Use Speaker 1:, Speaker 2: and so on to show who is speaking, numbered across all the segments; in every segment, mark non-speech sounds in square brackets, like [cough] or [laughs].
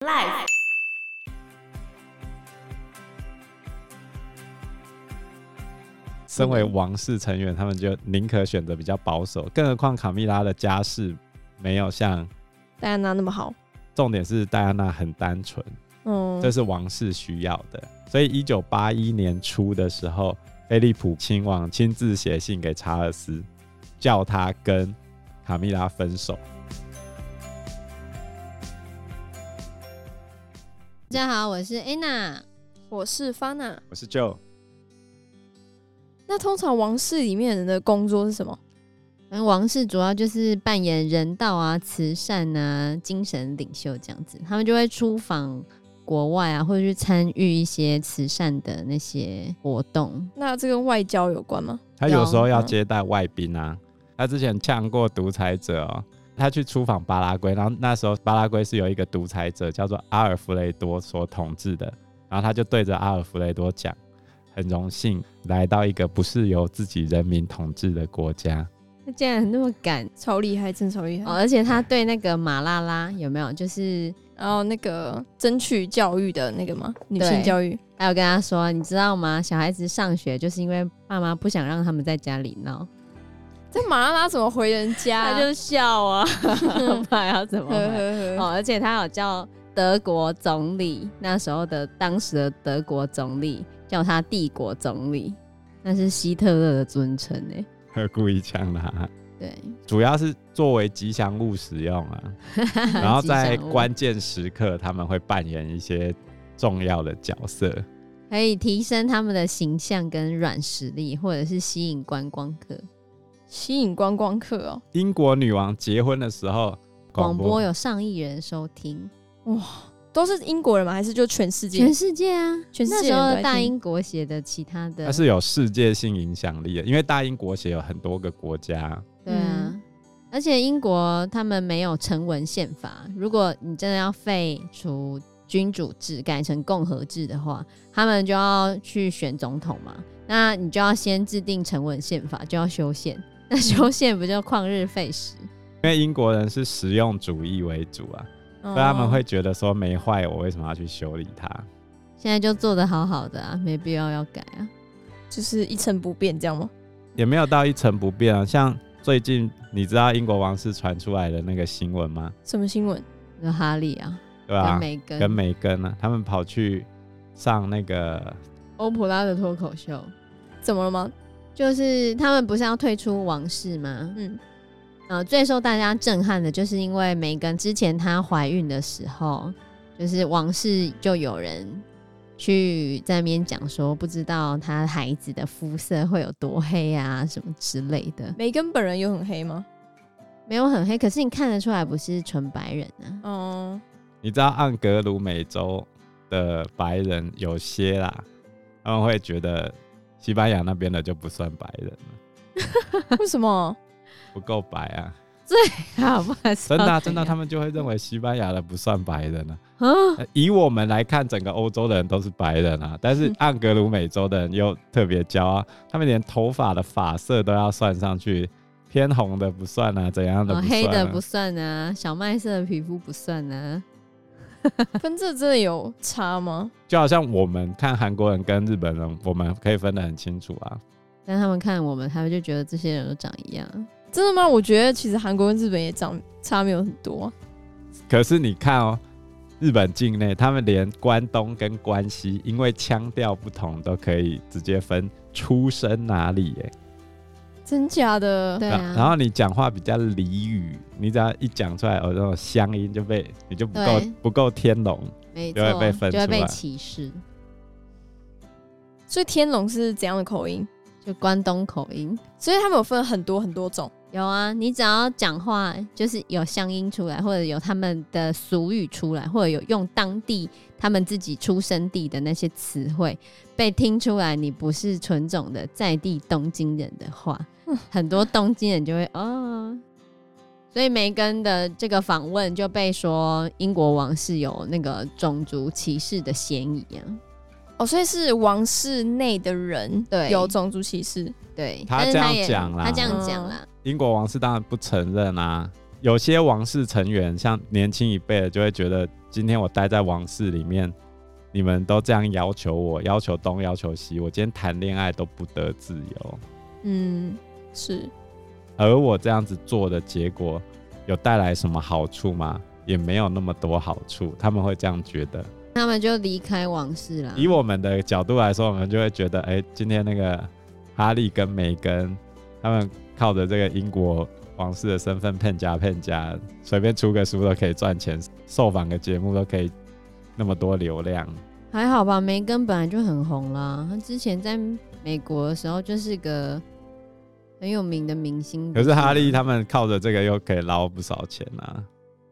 Speaker 1: Life。
Speaker 2: 身为王室成员，他们就宁可选择比较保守，更何况卡蜜拉的家世没有像，
Speaker 3: 戴安娜那么好，
Speaker 2: 重点是戴安娜很单纯，
Speaker 3: 嗯，
Speaker 2: 这是王室需要的。所以，一九八一年初的时候，菲利普亲王亲自写信给查尔斯，叫他跟卡蜜拉分手。
Speaker 4: 大家好，我是 Anna。
Speaker 3: 我是 Fana。
Speaker 2: 我是 Joe，
Speaker 3: 那通常王室里面人的工作是什么？
Speaker 4: 反正嗯王室主要就是扮演人道啊、慈善啊、精神领袖这样子，他们就会出访国外啊，或者去参与一些慈善的那些活动。
Speaker 3: 那这跟外交有关吗？
Speaker 2: 他有时候要接待外宾啊。他之前呛过独裁者哦，他去出访巴拉圭，然后那时候巴拉圭是有一个独裁者叫做阿尔弗雷多所统治的，然后他就对着阿尔弗雷多讲：“很荣幸来到一个不是由自己人民统治的国家。
Speaker 4: 他竟然那么敢
Speaker 3: 超厉害，真超厉害。
Speaker 4: 哦！而且他对那个马拉拉有没有，就是
Speaker 3: 然后那个争取教育的那个吗？女性
Speaker 4: 对
Speaker 3: 教育。
Speaker 4: 还有跟他说，你知道吗？小孩子上学就是因为爸妈不想让他们在家里闹，
Speaker 3: 这马拉拉怎么回人家、啊？
Speaker 4: [laughs] 他就笑啊，
Speaker 3: 呵
Speaker 4: 不然要怎
Speaker 3: [laughs]
Speaker 4: 么
Speaker 3: 呵
Speaker 4: 办？
Speaker 3: 呵
Speaker 4: 哦，而且他有叫德国总理，那时候的当时的德国总理叫他帝国总理，那是希特勒的尊称哎。”
Speaker 2: 故意呛他，
Speaker 4: 对，
Speaker 2: 主要是作为吉祥物使用
Speaker 4: [laughs]
Speaker 2: 啊。然后在
Speaker 4: 吉祥物
Speaker 2: 关键时刻，他们会扮演一些重要的角色。
Speaker 4: 可以提升他们的形象跟软实力，或者是吸引观光客。
Speaker 3: 吸引观光客哦。
Speaker 2: 英国女王结婚的时候，
Speaker 4: 广播有上亿人收听，
Speaker 3: 都是英国人吗？还是就全世界？
Speaker 4: 全世界啊，
Speaker 3: 全世界
Speaker 4: 那时
Speaker 3: 人都
Speaker 4: 候
Speaker 3: 在
Speaker 4: 大
Speaker 3: 听
Speaker 4: 英国写的其他的
Speaker 2: 它，是有世界性影响力的，因为大英国协有很多个国家，
Speaker 4: 对啊。
Speaker 3: 嗯
Speaker 4: 而且英国他们没有成文宪法，如果你真的要废除君主制，改成共和制的话，他们就要去选总统嘛。那你就要先制定成文宪法，就要修宪。 [laughs] 那修宪不就旷日费时？
Speaker 2: 因为英国人是实用主义为主啊，所
Speaker 3: 嗯
Speaker 2: 以他
Speaker 4: 哦
Speaker 2: 们会觉得说没坏，我为什么要去修理它？
Speaker 4: 现在就做的好好的啊，没必要要改啊。
Speaker 3: 就是一成不变这样吗？
Speaker 2: 也没有到一成不变啊。像最近你知道英国王室传出来的那个新闻吗？
Speaker 3: 什么新闻？
Speaker 4: 那哈利啊，
Speaker 2: 对吧、
Speaker 4: 跟梅根，
Speaker 2: 跟梅根呢、啊，他们跑去上那个
Speaker 4: 欧普拉的脱口秀，
Speaker 3: 怎么了吗？
Speaker 4: 就是他们不是要退出王室吗？
Speaker 3: 嗯，
Speaker 4: 呃，最受大家震撼的就是因为梅根之前她怀孕的时候，就是王室就有人去在那边讲说，不知道她孩子的肤色会有多黑啊，什么之类的，
Speaker 3: 梅根本人有很黑吗？
Speaker 4: 没有很黑，可是你看得出来不是纯白人啊。 [laughs]
Speaker 3: 哦、
Speaker 2: 你知道盎格鲁美洲的白人有些啦，他们会觉得西班牙那边的就不算白人了，
Speaker 3: 为什么？
Speaker 2: 不够白啊。
Speaker 4: 好，不好意思
Speaker 2: 真的啊、
Speaker 4: 要
Speaker 2: 真的啊、
Speaker 4: 怎
Speaker 2: 他
Speaker 4: 样
Speaker 2: 们就会认为西班牙的不算白人啊。
Speaker 4: 啊，
Speaker 2: 呃以我们来看，整个欧洲的人都是白人啊，但是
Speaker 3: 嗯
Speaker 2: 盎格鲁美洲的人又特别骄傲，他们连头发的发色都要算上去，偏红的不算啊，怎样的
Speaker 4: 哦
Speaker 2: 不算、啊
Speaker 4: 黑的不算啊，小麦色的皮肤不算啊，
Speaker 3: 分这真的有差吗？
Speaker 2: 就好像我们看韩国人跟日本人，我们可以分得很清楚啊。
Speaker 4: 但他们看我们，他们就觉得这些人都长一样。
Speaker 3: 真的吗？我觉得其实韩国跟日本也长差没有很多啊、
Speaker 2: 可是你看哦，日本境内他们连关东跟关西，因为腔调不同，都可以直接分出生哪里耶、
Speaker 3: 真假的？
Speaker 4: 对啊，
Speaker 2: 然后你讲话比较俚语，你只要一讲出来，哦，那种乡音就被你就不够
Speaker 4: 对
Speaker 2: 不够天龙，
Speaker 4: 没
Speaker 2: 就会被分
Speaker 4: 错，就会
Speaker 2: 出
Speaker 4: 被
Speaker 2: 来
Speaker 4: 歧视，
Speaker 3: 所以天龙是怎样的口音？
Speaker 4: 就关东口音。
Speaker 3: 所以他们有分很多很多种。
Speaker 4: 有啊，你只要讲话就是有乡音出来，或者有他们的俗语出来，或者有用当地他们自己出生地的那些词汇被听出来，你不是纯种的在地东京人的话，很多东京人就会哦。所以梅根的这个访问就被说英国王室有那个种族歧视的嫌疑啊。
Speaker 3: 哦，所以是王室内的人
Speaker 4: 对
Speaker 3: 有种族歧视，
Speaker 4: 对，
Speaker 2: 他
Speaker 4: 但是
Speaker 2: 这样
Speaker 4: 也
Speaker 2: 讲啦
Speaker 4: 他这样讲啦，
Speaker 2: 英国王室当然不承认啊，有些王室成员，像年轻一辈的，就会觉得今天我待在王室里面，你们都这样要求我，要求东，要求西，我今天谈恋爱都不得自由。
Speaker 3: 嗯，是
Speaker 2: 而我这样子做的结果，有带来什么好处吗？也没有那么多好处，他们会这样觉得。
Speaker 4: 他们就离开王室了。
Speaker 2: 以我们的角度来说，我们就会觉得，哎、今天那个哈利跟梅根，他们靠着这个英国王室的身份骗家骗家，随便出个书都可以赚钱，受访个节目都可以那么多流量。
Speaker 4: 还好吧，梅根本来就很红啦。她之前在美国的时候就是个很有名的明星。
Speaker 2: 可
Speaker 4: 不
Speaker 2: 是
Speaker 4: 吗
Speaker 2: 哈利他们靠着这个又可以捞不少钱啊。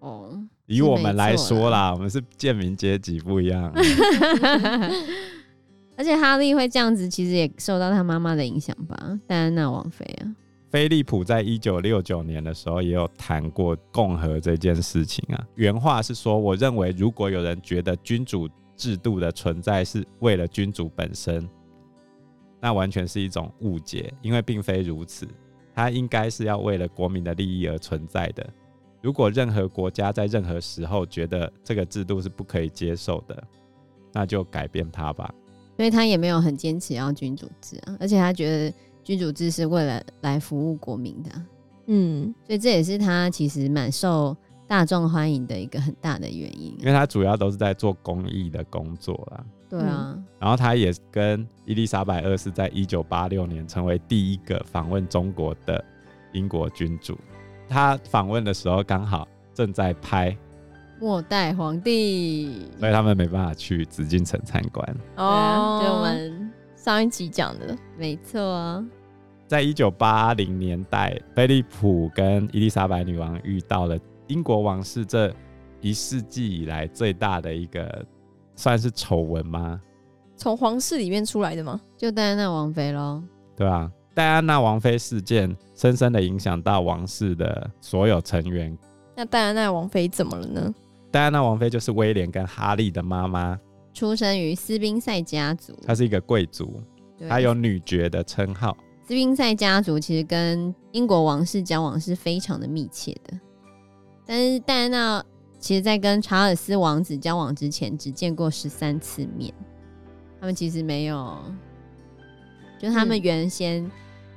Speaker 4: 哦， [laughs]
Speaker 2: 以
Speaker 4: 是
Speaker 2: 我
Speaker 4: 没
Speaker 2: 们来
Speaker 4: 错
Speaker 2: 说
Speaker 4: 啦
Speaker 2: 啦，我们是贱民阶级不一样。
Speaker 4: 而且哈利会这样子，其实也受到他妈妈的影响吧，戴安娜王妃啊。
Speaker 2: 菲利普在一九六九年的时候也有谈过共和这件事情啊。原话是说：“我认为，如果有人觉得君主制度的存在是为了君主本身，那完全是一种误解，因为并非如此。它应该是要为了国民的利益而存在的。如果任何国家在任何时候觉得这个制度是不可以接受的，那就改变它吧。
Speaker 4: 所以他也没有很坚持要君主制啊，而且他觉得君主制是为了来服务国民的啊、
Speaker 3: 嗯
Speaker 4: 所以这也是他其实蛮受大众欢迎的一个很大的原因
Speaker 2: 因
Speaker 4: 啊、
Speaker 2: 为它主要都是在做公益的工作啦。”
Speaker 4: 对啊，
Speaker 2: 然后他也跟伊丽莎白二世在一九八六年成为第一个访问中国的英国君主。他访问的时候刚好正在拍，
Speaker 4: 末代皇帝，
Speaker 2: 所以他们没办法去紫禁城参观。
Speaker 4: 对啊
Speaker 3: 哦，
Speaker 4: 就我们
Speaker 3: 上一集讲的，
Speaker 4: 没错啊，
Speaker 2: 在一九八零年代，菲利普跟伊丽莎白女王遇到了英国王室这一世纪以来最大的一个算是丑闻吗？
Speaker 3: 从皇室里面出来的吗？
Speaker 4: 就戴安娜王妃喽。
Speaker 2: 对吧、戴安娜王妃事件深深的影响到王室的所有成员
Speaker 3: 那戴安娜王妃怎么了呢？
Speaker 2: 戴安娜王妃就是威廉跟哈利的妈妈，
Speaker 4: 出生于斯宾塞家族，
Speaker 2: 她是一个贵族，
Speaker 4: 对
Speaker 2: 她有女爵的称号。
Speaker 4: 斯宾塞家族其实跟英国王室交往是非常的密切的，但是戴安娜其实，在跟查尔斯王子交往之前，只见过十三次面。他们其实没有，就他们
Speaker 3: 嗯
Speaker 4: 原先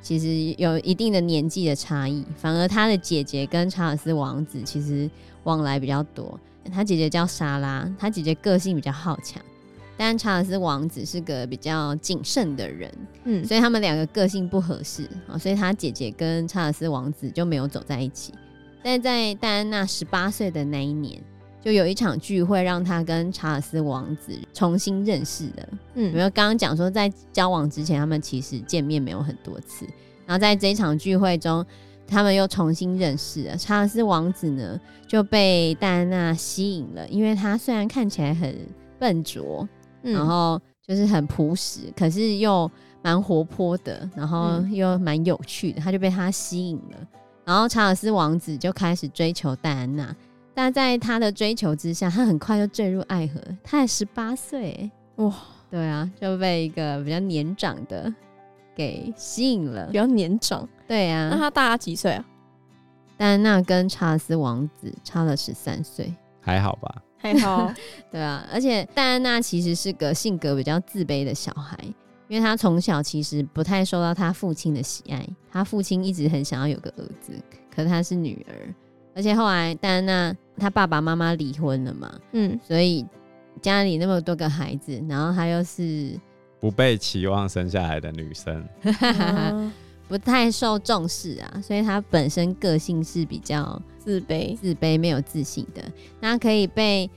Speaker 4: 其实有一定的年纪的差异，反而他的姐姐跟查尔斯王子其实往来比较多。他姐姐叫莎拉，他姐姐个性比较好强，但查尔斯王子是个比较谨慎的人，
Speaker 3: 嗯，
Speaker 4: 所以他们两个个性不合适啊，所以他姐姐跟查尔斯王子就没有走在一起。但在戴安娜十八岁的那一年，就有一场聚会让她跟查尔斯王子重新认识的。有没
Speaker 3: 嗯，
Speaker 4: 有刚刚讲说，在交往之前，他们其实见面没有很多次，然后在这一场聚会中，他们又重新认识了。查尔斯王子呢就被戴安娜吸引了，因为他虽然看起来很笨拙，
Speaker 3: 嗯
Speaker 4: 然后就是很朴实，可是又蛮活泼的，然后
Speaker 3: 嗯
Speaker 4: 又蛮有趣的，他就被他吸引了。然后查尔斯王子就开始追求戴安娜，但在他的追求之下，他很快就坠入爱河。他才十八岁，
Speaker 3: 哇，
Speaker 4: 对啊，就被一个比较年长的给吸引了
Speaker 3: 比。较年长，
Speaker 4: 对
Speaker 3: 那
Speaker 4: 啊，
Speaker 3: 她大他几岁啊？
Speaker 4: 戴安娜跟查尔斯王子差了十三岁。
Speaker 2: 还好吧？
Speaker 3: 还好，
Speaker 4: 对啊，而且戴安娜其实是个性格比较自卑的小孩，因为她从小其实不太受到她父亲的喜爱，她父亲一直很想要有个儿子，可她是女儿，而且后来戴安娜她爸爸妈妈离婚了嘛，
Speaker 3: [laughs]
Speaker 4: [laughs]
Speaker 3: 嗯
Speaker 4: 所以家里那么多个孩子，然后她又是
Speaker 2: 不被期望生下来的女生，
Speaker 3: 啊
Speaker 4: 不太受重视啊，所以她本身个性是比较
Speaker 3: 自卑，
Speaker 4: 自卑、没有自信的，那可以被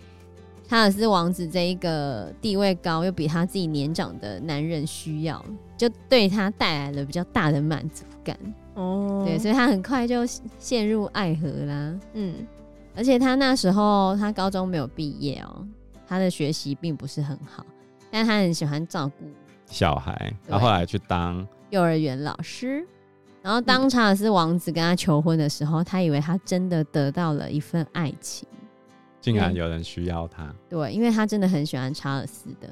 Speaker 4: 查尔斯王子这一个地位高又比他自己年长的男人需要，就对他带来了比较大的满足感。
Speaker 3: 哦
Speaker 4: 对，所以他很快就陷入爱河啦。
Speaker 3: 嗯
Speaker 4: 而且他那时候他高中没有毕业哦，他的学习并不是很好，但他很喜欢照顾
Speaker 2: 小孩，
Speaker 4: 对
Speaker 2: 她后来去当
Speaker 4: 幼儿园老师。然后当查尔斯王子跟他求婚的时候，他以为他真的得到了一份爱情。
Speaker 2: 竟然
Speaker 4: 嗯
Speaker 2: 有人需要她，
Speaker 4: 对，因为他真的很喜欢查尔斯的，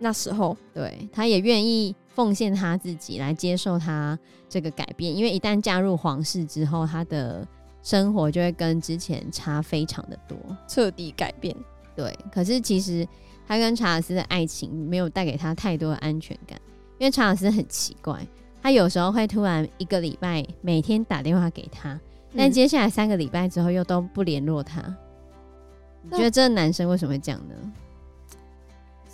Speaker 3: 那时候，
Speaker 4: 对，他也愿意奉献他自己来接受他这个改变，因为一旦加入皇室之后，他的生活就会跟之前差非常的多。
Speaker 3: 彻底改变。
Speaker 4: 对，可是其实他跟查尔斯的爱情没有带给他太多的安全感，因为查尔斯很奇怪，他有时候会突然一个礼拜每天打电话给他，
Speaker 3: 嗯
Speaker 4: 但接下来三个礼拜之后又都不联络他。你
Speaker 3: 那
Speaker 4: 觉得这个男生为什么会这样呢？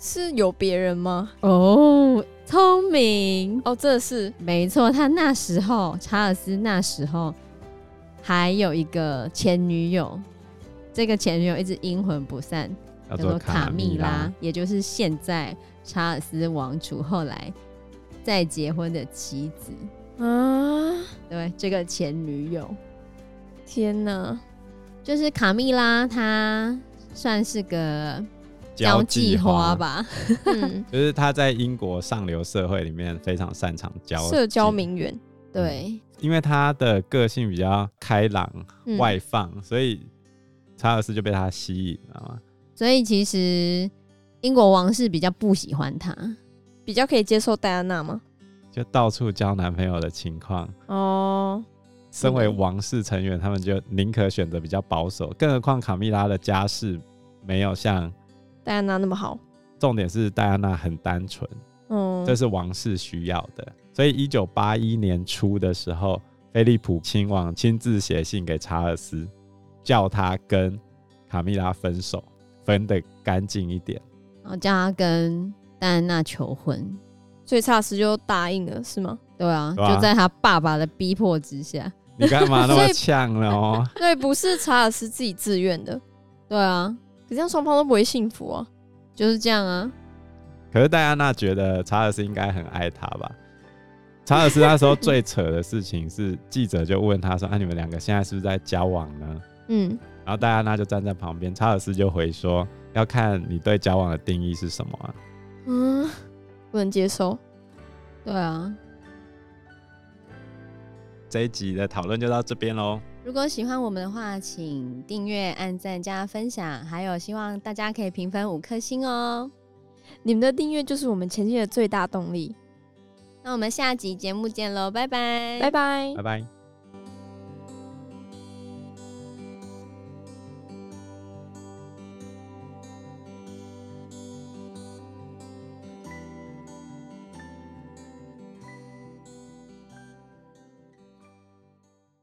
Speaker 3: 是有别人吗？
Speaker 4: 哦，聪明，
Speaker 3: 哦，这是
Speaker 4: 没错，他那时候查尔斯那时候还有一个前女友，这个前女友一直阴魂不散，
Speaker 2: 叫
Speaker 4: 叫做
Speaker 2: 做
Speaker 4: 卡
Speaker 2: 密
Speaker 4: 蜜
Speaker 2: 拉
Speaker 4: 拉。，也就是现在查尔斯王储后来再结婚的妻子，
Speaker 3: 啊，
Speaker 4: 对这个前女友，
Speaker 3: 天哪！
Speaker 4: 就是卡蜜拉，她算是个
Speaker 2: 交
Speaker 4: 际
Speaker 2: 际
Speaker 4: 花
Speaker 2: 花，
Speaker 4: 吧，
Speaker 3: [laughs] 嗯，
Speaker 2: 就是他在英国上流社会里面非常擅长交
Speaker 3: 社交
Speaker 2: 际，
Speaker 3: 名媛，
Speaker 4: 对，
Speaker 2: 因为他的个性比较开朗、
Speaker 3: 嗯
Speaker 2: 外放，所以查尔斯就被他吸引，知道吗？
Speaker 4: 所以其实英国王室比较不喜欢她，
Speaker 3: 比较可以接受戴安娜吗？
Speaker 2: 就到处交男朋友的情况。
Speaker 3: 哦，
Speaker 2: 身为
Speaker 3: 嗯
Speaker 2: 王室成员，他们就宁可选择比较保守，更何况卡蜜拉的家世没有像，
Speaker 3: 戴安娜那么好，
Speaker 2: 重点是戴安娜很单纯，
Speaker 3: 嗯，
Speaker 2: 这是王室需要的。所以一九八一年初的时候，菲利普亲王亲自写信给查尔斯，叫他跟卡蜜拉分手，分得干净一点。
Speaker 4: 然后叫她跟戴安娜求婚。
Speaker 3: 所以查尔斯就答应了，是 [laughs] 吗？
Speaker 4: 对啊，
Speaker 2: 对啊
Speaker 4: 就在他爸爸的逼迫之下。
Speaker 2: 你干嘛那
Speaker 3: 所
Speaker 2: 么
Speaker 3: 以
Speaker 2: 呛了哦？
Speaker 3: 对，不是查尔斯自己自愿的，
Speaker 4: 对啊，
Speaker 3: 可这样双方都不会幸福啊。
Speaker 4: 就是这样啊。
Speaker 2: 可是戴安娜觉得查尔斯应该很爱她吧？查尔斯那时候最扯的事情是，记者就问他说：“啊，你们两个现在是不是在交往呢
Speaker 3: 嗯，？”
Speaker 2: 然后戴安娜就站在旁边，查尔斯就回说：“要看你对交往的定义是什么啊。
Speaker 3: 嗯，不能接受。
Speaker 4: 对啊，”
Speaker 2: 这一集的讨论就到这边喽。
Speaker 4: 如果喜欢我们的话，请订阅、按赞、加分享，还有希望大家可以评分五颗星哦。
Speaker 3: 你们的订阅就是我们前进的最大动力。
Speaker 4: 那我们下集节目见喽，拜拜，
Speaker 3: 拜拜
Speaker 2: 拜。拜。